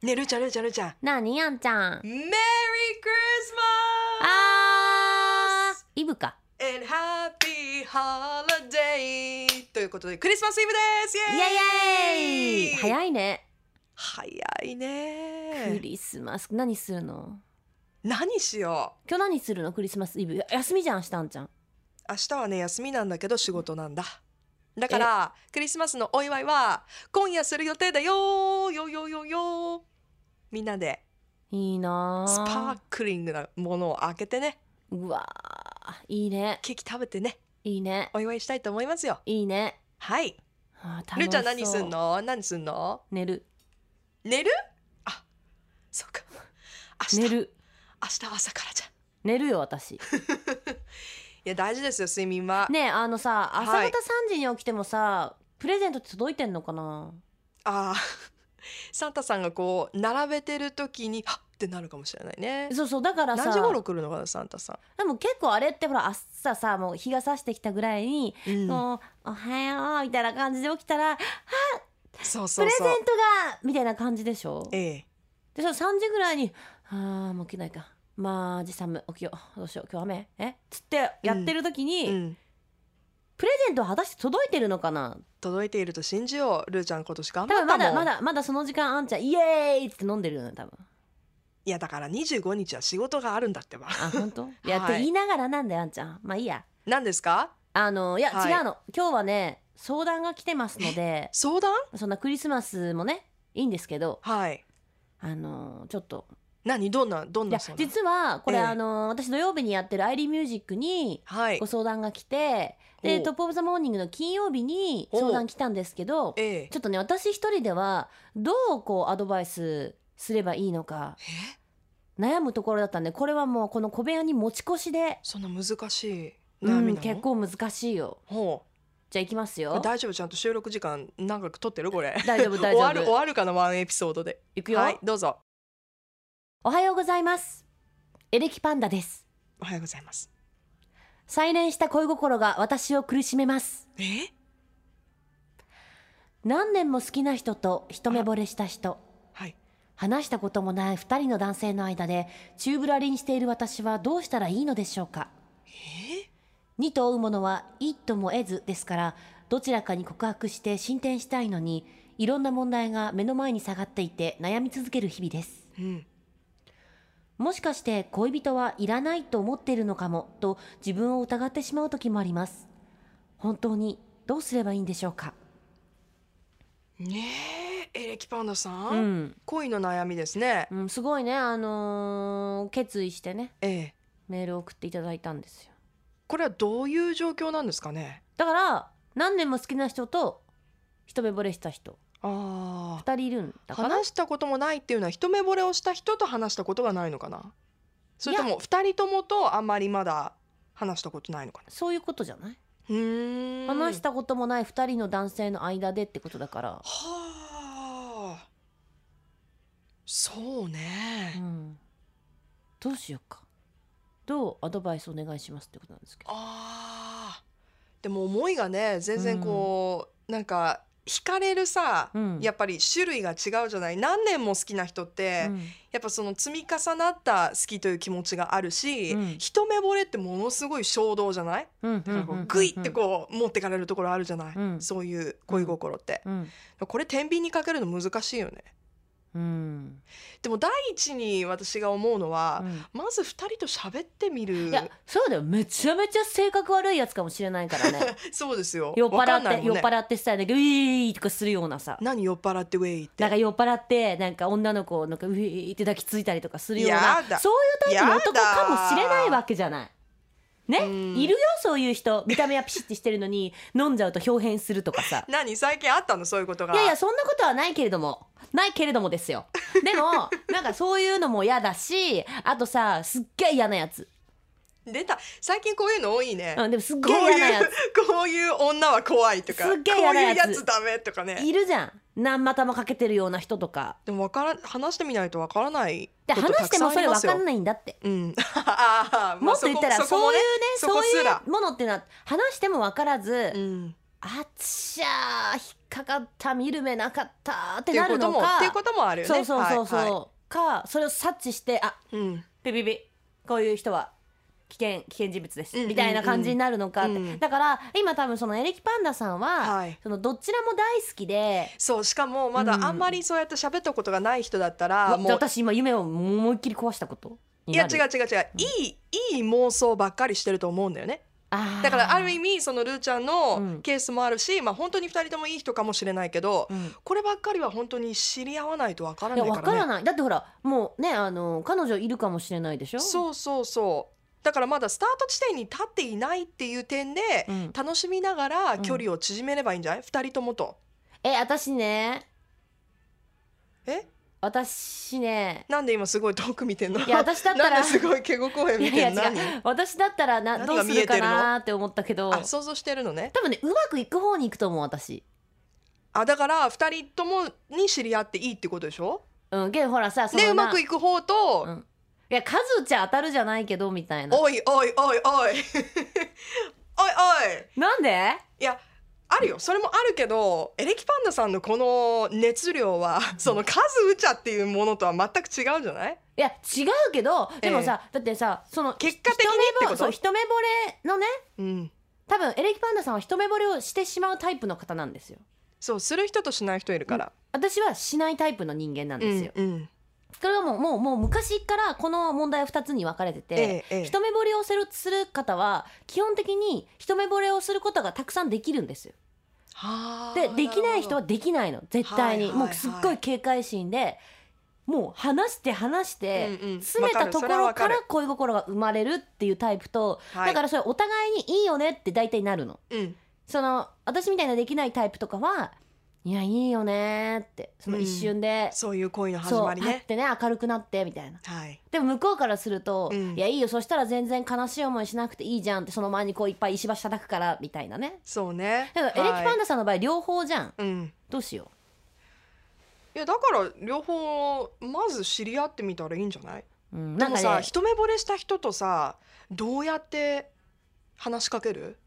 ねるーちゃんるーちゃんるーちゃんなあにやんちゃんメリークリスマあスーイブか and happy holiday ということでクリスマスイブですイイエエーイイエーイ早いね早いクねリスマス何するの何しよ今日何するのクリスマスイブ休みじゃんしたんちゃんう明日はね休みなんだけど仕事なんだだからクリスマスのお祝いは今夜する予定だよーよよよよみんなでいいなあスパークリングなものを開けてねうわーいいねケーキ食べてねいいねお祝いしたいと思いますよいいねはいあーるーちゃん楽し何そうすんの何すんの寝る寝るあそうか明日寝る明日は朝からじゃん寝るよ 私いや大事ですよ睡眠は、ねえあのさい朝方3時に起きてもさプレゼントって届いてんのかなああ サンタさんがこう並べてる時にはっってなるかもしれないねそうそうだからさ何時頃来るのかなサンタさでも結構あれってほら朝さもう日が差してきたぐらいに、ん、うんもう「おはよう」みたいな感じで起きたらそうプそうレゼンそトうがみたいな感じでしょええでその3時ぐらいに「あーもう起きないかまあじさんも起きようどうしよう今日雨えつってやってる時に、うんプレゼントは果たして届いてるのかな届いていると信じようルーちゃん今年頑多張ったも分んまだまだまだその時間あんちゃん「イエーイ!」って飲んでるよね多分いやだから25日は仕事があるんだってば あ本当いや、はいって言いながらなんだよあんちゃんまあいいや何ですかあのいや、はい違うの今日はね相談が来てますので相談そんなクリスマスもねいいんですけどはいあのちょっと何どんなどんいなや相談実はこれ、ええあの私土曜日にやってる「アイリーミュージックにはいご相談が来てでお「トップ・オブ・ザ・モーニング」の金曜日に相談来たんですけどええちょっとね私一人ではどうこうアドバイスすればいいのかえ悩むところだったんでこれはもうこの小部屋に持ち越しで、そんな難しい悩みうなの、ん、結構難しいよほじゃあ行きますうこれよ大丈夫ちゃんと収録時間長く撮ってるこ れ大丈夫終大丈わる終夫わるかなワンエピソードで行くよ、はいどうぞおはようございますエレキパンダですおはようございます再燃した恋心が私を苦しめますえ何年も好きな人と一目惚れした人はい話したこともない2人の男性の間で宙ぶらりんしている私はどうしたらいいのでしょうかえ2と追うものは一とも得ずですからどちらかに告白して進展したいのにいろんな問題が目の前に下がっていて悩み続ける日々ですうんもしかして恋人はいらないと思っているのかもと自分を疑ってしまう時もあります本当にどうすればいいんでしょうかねえエレキパンダさん、うん、恋の悩みですね、うん、すごいねあのー決意してねええメールを送っていただいたんですよこれはどういう状況なんですかねだから何年も好きな人と一目惚れした人ああ2人いるんだから話したこともないっていうのは一目惚れをした人と話したことがないのかなそれとも二人ともとあんまりまだ話したことないのかなそういうことじゃないうーん話したこともない2人の男性の間でってことだから、はあそうね、うん、どうしようかどうアドバイスお願いしますってことなんですけどあーでも思いがね全然こう、なんか惹かれるさ、うんやっぱり種類が違うじゃない何年も好きな人って、うんやっぱその積み重なった好きという気持ちがあるし、うん一目惚れってものすごい衝動じゃないうだんうからんこううんグイってこう持ってかれるところあるじゃない、うんそういう恋心って、うんこれ天秤にかけるの難しいよねうんでも第一に私が思うのは、うんまず2人と喋ってみるいやそうだよめちゃめちゃ性格悪いやつかもしれないからねそうですよ酔 っわ払かっんて、ないも酔んっね払ってしたいだけどウィーとかするようなさ何酔っ払ってウェイっなてんか酔っ払ってなんか女の子をなんかウィーって抱きついたりとかするようやだなそういうタイプの男かもしれないやだわけじゃない。ね、うんいるよそういう人見た目はピシッてしてるのに 飲んじゃうと表変すると かさ何最近あったのそういうことがいやいやそんなことはないけれどもないけれどもですよでもなんかそういうのも嫌だしあとさすっげえ嫌なやつ、出た最近こういうの多いね、うん、でもすっこげうえ嫌ないうや こういう女は怖いとかすっげえこ嫌うないうやつやつダメとかつねいるじゃん何股もかけてるような人とかでもわからん話してみないとわからないでこと話してもそれたく分さんありまかんすよないんだってうん あーまあもっと言ったらそこそういうねそこそうすいらうものってのは話しても分からず、そこねうんあっちゃー引っかかった見る目なかったーってていなうることのもかっていうこともあるよねそうそうそうそう、はいはかそれを察知してあいうんピピピこういう人は危険危険人物です、うんうんうんみたいな感じになるのかって、うんだから今多分そのエレキパンダさんは、はいそのどちらも大好きでそうしかもまだあんまりそうやって喋ったことがない人だったうらわもう私今夢を思いっきり壊したこといにやな違るう違う違ういいいい妄想ばっかりしてると思うんだよねあーだからある意味そのルーちゃんうのんケースもあるし、まあ本当に2人ともいい人かもしれないけど、うんこればっかりは本当に知り合わないとわからいなやいからわねからないだってほらもうねあの彼女いるかもしれないでしょそうそうそうだからまだスタート地点に立っていないっていう点で、うん楽しみながら距離を縮めればいいんじゃない、二2人ともとえ私ねえ私ねなんで今すごい遠く見てんの いや私だったらなんですごいケゴ公園見てんのいやいや何私だったらな何どうがす見えるてかるのなーって思ったけどあ想像してるのね多分ねうまくいく方に行くと思う私。あだから2人ともに知り合っていいってことでしょうん、けどほらさそのでうなまくいく方と、うんいや数打ちゃ当たるじゃないけどみたいなおいおいおいおい おいおいなんでいやあるよそれもあるけどエレキパンダさんのこの熱量はその数打ちゃっていうものとは全く違うんじゃないいや違うけどでもさ、だってさその結果的にってこと一目ぼそう一目惚れのねうん多分エレキパンダさんは一目惚れをしてしまうタイプの方なんですよそうする人としない人いるから、私はしないタイプの人間なんうん、ですよ、うんそれはもうもうもう昔からこの問題は2つに分かれてて、ええええ一目惚れをするする方は基本的に一目惚れをすることがたくさんできるんですよはあでできない人はできないの絶対に、はいはいはいもうすっごい警戒心でもう話して話して、うんうん詰めたとこわかるそろかれはわからる恋心が生まれるっていうタイプと、はいだからそれお互いにいいよねって大体なるのうんその私みたいなできないタイプとかはいやいいよねってその一瞬で、そういう恋の始そうあまっりねてね明るくなってみたいなはいでも向こうからすると「うんいやいいよそしたら全然悲しい思いしなくていいじゃん」ってその前にこういっぱい石橋叩くからみたいなねそうねでもエレキパンダダさんの場合両方じゃん、うんどうしよ、いやだから両方まず知り合ってみたらいいんじゃないううん、でなんもかさ、ね一目惚れした人とさどうやって話しかける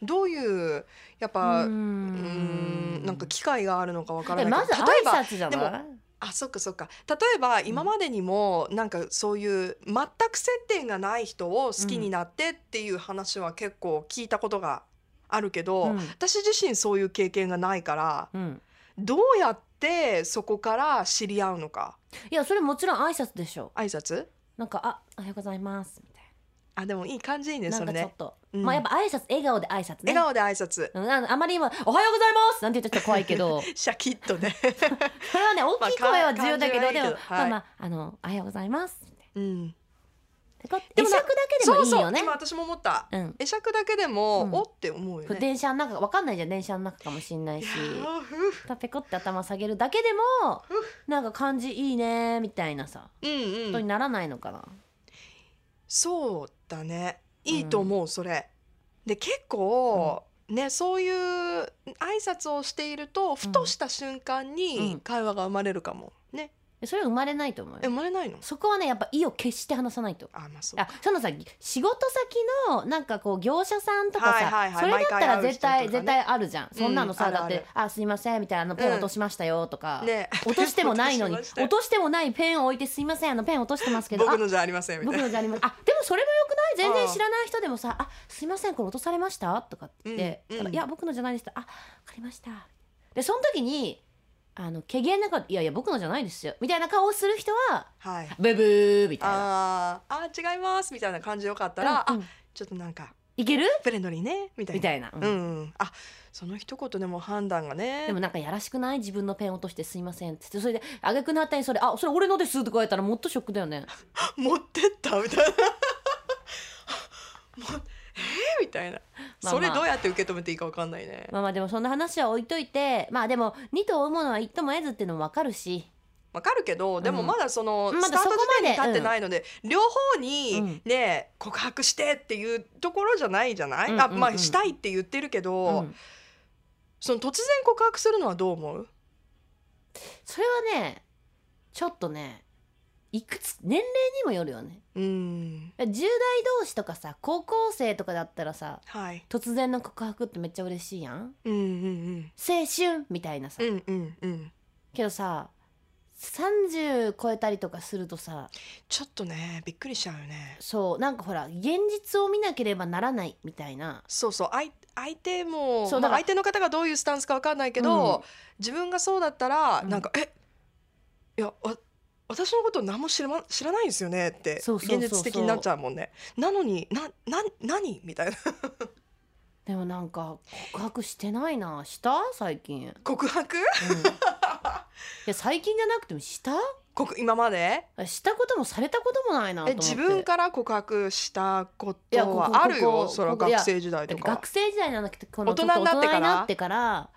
どういうやっぱうーうんーんなんか機会があるのかわからえなまいずけ挨ど例えば拶じゃでないあそっかそっか例えば今までにもなんかそういう全く接点がない人を好きになってっていう話は結構聞いたことがあるけど、うん私自身そういう経験がないからうん、どうやってそこから知り合うのかいやそれもちろん挨拶でしょ挨拶なんか「あおはようございます」みたいあでもいい感じいいねななそんかれちょっねと、うんまあやっぱ挨拶笑顔で挨拶ね笑顔で挨拶うんあのあまり今「おはようございます」なんて言っちゃったら怖いけどシャキッと ね、それはね大きい声は重要だけど、まあでかも、感じはいいけどまはあいまああの「おはようございます」みたいうん、なででももなだけでもいいよね今私も思ったうん会釈だけでも、うんおって思うよね電車の中わかんないじゃん電車の中かもしんないいしやーふうただペコって頭下げるだけでもなんか感じいいねみたいなさうんことうんにならないのかな、そうだねいいと思う、それで結構、ねそういう挨拶をしているとふとした瞬間うんに会話が生まれるかもねそれは生まれないと思うえよ生まれないのそこはねやっぱ意を決して話さないとあまあそうあそのさ仕事先のなんかこう業者さんとかさ、はいはいはいそれだった毎ら回会う絶人とか対、ね絶対あるじゃんそんなのさ、うんだあっるて「あすいません」みたいなあのペうンん落としましたよとか、ね落としてもないのに落としました落としてもないペンを置いて「すいませんあのペン落としてますけど僕あのじゃありませんみた僕いなのじゃありますあでもそれもよくない全然知らない人でもさ「あすいませんこれ落とされました?」とかって言って、うんうんたらいや僕のじゃないです」あわかりました」でその時にあのけげんな顔「いやいや僕のじゃないですよ」みたいな顔をする人ははい「ブブー」みたいな。あーあー違いますみたいな感じよかったら、うんうんあちょっとなんかいけるフレンドリーねみたいみなたいな、うんうんうん、あその一言でも判断がねでもなんかやらしくない自分のペン落として「すいません」っつってそれで挙句のあたりにそれ「あそれ俺のです」とか言ったらもっとショックだよね持ってったみたいな もうえー、みたいな、まあそれどうやって受け止めていいかわかんないねまあまあでもそんな話は置いといてまあでも2と追うものは1とも得ずっていうのも分かるしわかるけどでもうんまだその、まだスタートそこ地まで点に立ってないので、両方にうね告白してっていうところじゃないじゃない、うんうんうんあまあしたいって言ってるけど、うんその突然告白するのはどう思うそれはねちょっとねいくつ年齢にもよるよねうん10代同士とかさ高校生とかだったらさはい突然の告白ってめっちゃ嬉しいやんうんうん青春みたいなさ、うんうんうんうんけどさ30超えたりとかするとさちょっとねびっくりしちゃうよねそうなんかほら現実を見なければならないみたいなそうそう相相手もそうまあだから相手の方がどういうスタンスかわかんないけど、うん自分がそうだったらうんなんか、えいやわ私のこと何も知らま知らないですよねってそうそうそうそう現実的になっちゃうもんねなのになな何みたいな でもなんか告白してないなした最近、うん、い告白や最近じゃなくてもした告今までしたこともされたこともないなとえ思って自分から告白したこいとやここはあるこよこそれはここいや学生時代だとってか学生時代なんだけどこの大人になってからちょと大人になってから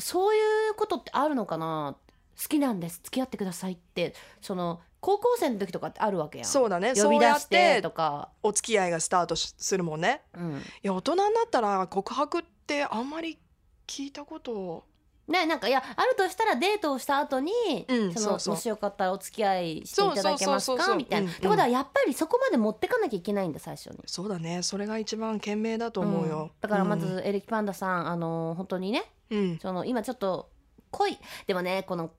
そういうことってあるのかな好きなんです付き合ってくださいってその高校生の時とかってあるわけやんそうだね呼そびう出やしっててとかお付き合いがスタートしするもんねうんいや大人になったら告白ってあんまり聞いたことねなんかいやあるとしたらデートをした後に、うんそのそうそうもしよかったらお付き合いしていただけますそうそうそうそうそかうみたいな、うんうんってことはやっぱりそこまで持ってかなきゃいけないんだ最初に。そうだねそれが一番賢明だと思うよ、んだからまずエレキパンダさん、あのー本当にねうん、うんその今ちょっと恋でもねこの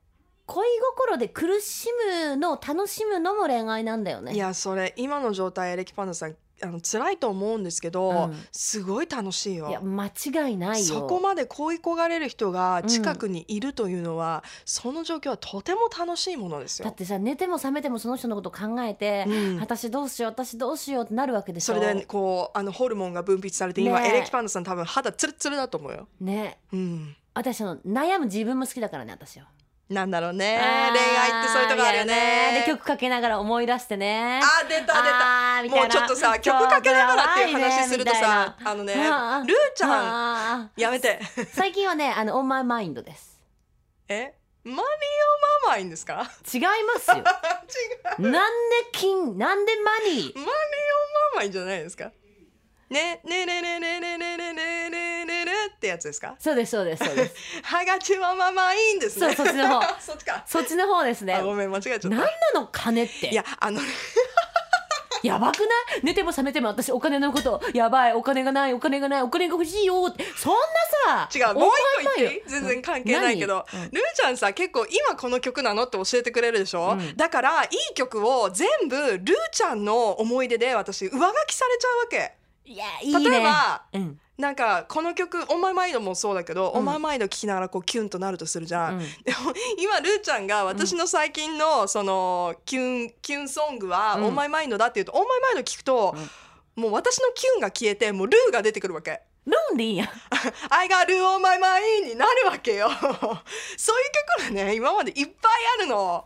恋心で苦しむのを楽しむのも恋愛なんだよね。いやそれ今の状態エレキパンダさんあの辛いと思うんですけうど、んすごい楽しいよいや間違いないよ。そこまで恋焦がれる人が近くにいるというのは、その状況はとても楽しいものですだっよ。てさ寝ても覚めてもその人のこと考えて、うん私どうしよう私どうしようってなるわけでしそょ。れでこうあのホルモンが分泌されて今、ねえエレキパンダさん多分肌ツルツルだと思うよ。ねうん、私の悩む自分も好きだからね私は。なんだろうあーね恋愛ってそういうとこあるよね。で曲かけながら思い出してね。あ出た出たあーみたいもなうちょっとさ曲かけながらっていう話するとさ、あのねルあああーちゃんん。やめて最近は ねあのオンマイマインドです。えマニオママいいんですか違います よ。違うなんで金なんでマニー。マニオママいいんじゃないですかねねねねねねねねねねねねってやつですかそうですそうですそ うです。はがちはママいいんですねそうそっちの方 そっちかそっちの方ですねあ。ごめん間違えちゃなっんなたの金っていやあのねやばくない寝ても覚めても私お金のことやばいお金がないお金がないお金が欲しいよってそんなさ違うもう一個言オンマってイマイいンいド全然関係ないけど、何うんルーちゃんさ結構今この曲なのって教えてくれるでしょ、うんだからいい曲を全部ルーちゃんの思い出で私上書きされちゃうわけいやいいね例えばうんなんかこの曲「オンマイマイド」もそうだけど「うんオンマイマイド」聴きながらこうキュンとなるとするじゃん、うんでも今ルーちゃんが私の最近のそのキュンキュンソングはう「んオンマイマイド」だっていうと「オンマイマイド」聞くと、もう私のキュンが消えてもうルーが出てくるわけ。 ローンでいいやん I got you on my mind になるわけよ そういう曲がね今までいっぱいあるのも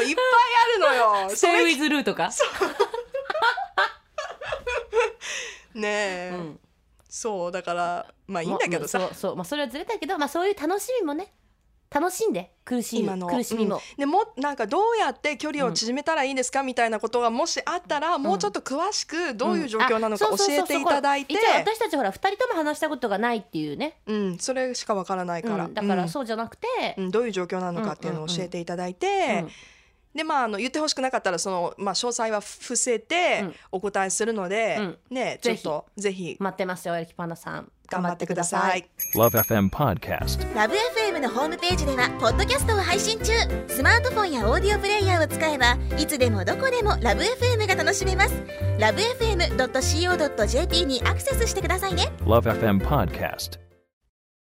ういっぱいある のよスそテイウれィズルーとか。ねえ、うんそうだからまあいいんだけどさ、まあまあそうそうまあそれはずれたけど、まあそういう楽しみもね、楽しんで苦しみ今の苦しみも。でもなんかどうやって距離を縮めたらいいですかみたいなことがもしあったら、もうちょっと詳しくどういう状況なのかうん教あそうそうえそうそうていただいて一応私たちほら二人とも話したことがないっていうね。うんそれしかわからないから、うんだからうそうじゃなくて、ん、うんどういう状況なのかっていうのを教えていただいて、うんでまあ、あの言ってほしくなかったらその、まあ、詳細は伏せうてんお答えするので、うねちょっとぜひ待ってますよエレキパンダさん。頑張ってください。。 Love FM Podcast. ラブ f m のホームページではポッドキャストを配信中スマートフォンやオーディオプレイヤーを使えばいつでもどこでもラブ f m が楽しめますラブ FM.co.jp にアクセスしてくださいね Love FM Podcast.